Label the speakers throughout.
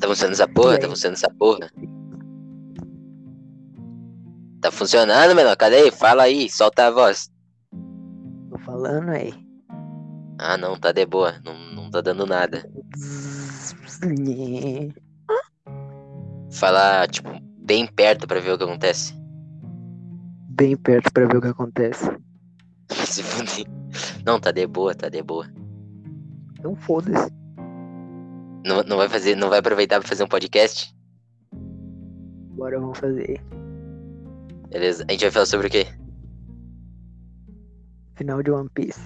Speaker 1: funcionando essa porra? Tá funcionando essa porra? Tá funcionando, menor? Cadê aí? Fala aí, solta a voz.
Speaker 2: Tô falando aí.
Speaker 1: Ah, não, tá de boa. Não, não tá dando nada. Falar, tipo, bem perto pra ver o que acontece.
Speaker 2: Bem perto pra ver o que acontece.
Speaker 1: Se fuder. Não, tá de boa, tá de boa.
Speaker 2: Então foda-se.
Speaker 1: Não, não vai fazer, não vai aproveitar pra fazer um podcast?
Speaker 2: Agora vamos fazer.
Speaker 1: Beleza. A gente vai falar sobre o quê?
Speaker 2: Final de One Piece.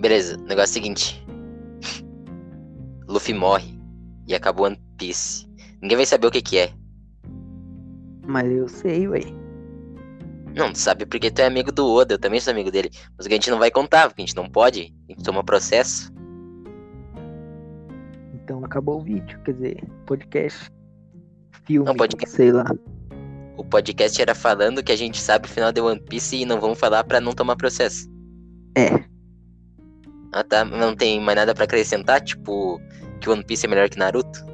Speaker 1: Beleza, o negócio é o seguinte. Luffy morre e acabou One Piece. Ninguém vai saber o que que é.
Speaker 2: Mas eu sei, ué.
Speaker 1: Não, tu sabe porque tu é amigo do Oda, eu também sou amigo dele. Mas o que a gente não vai contar, porque a gente não pode. A gente toma processo.
Speaker 2: Então acabou o vídeo, quer dizer, podcast. Filme,
Speaker 1: Não, podcast.
Speaker 2: sei lá.
Speaker 1: O podcast era falando que a gente sabe o final de One Piece e não vamos falar pra não tomar processo.
Speaker 2: É.
Speaker 1: Ah tá, mas não tem mais nada pra acrescentar? Tipo, que One Piece é melhor que Naruto?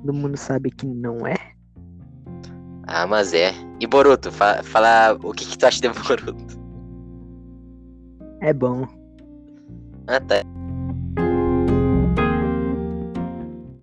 Speaker 2: Todo mundo sabe que não é.
Speaker 1: Ah, mas é. E Boruto, fa fala o que, que tu acha de Boruto?
Speaker 2: É bom.
Speaker 1: Ah tá.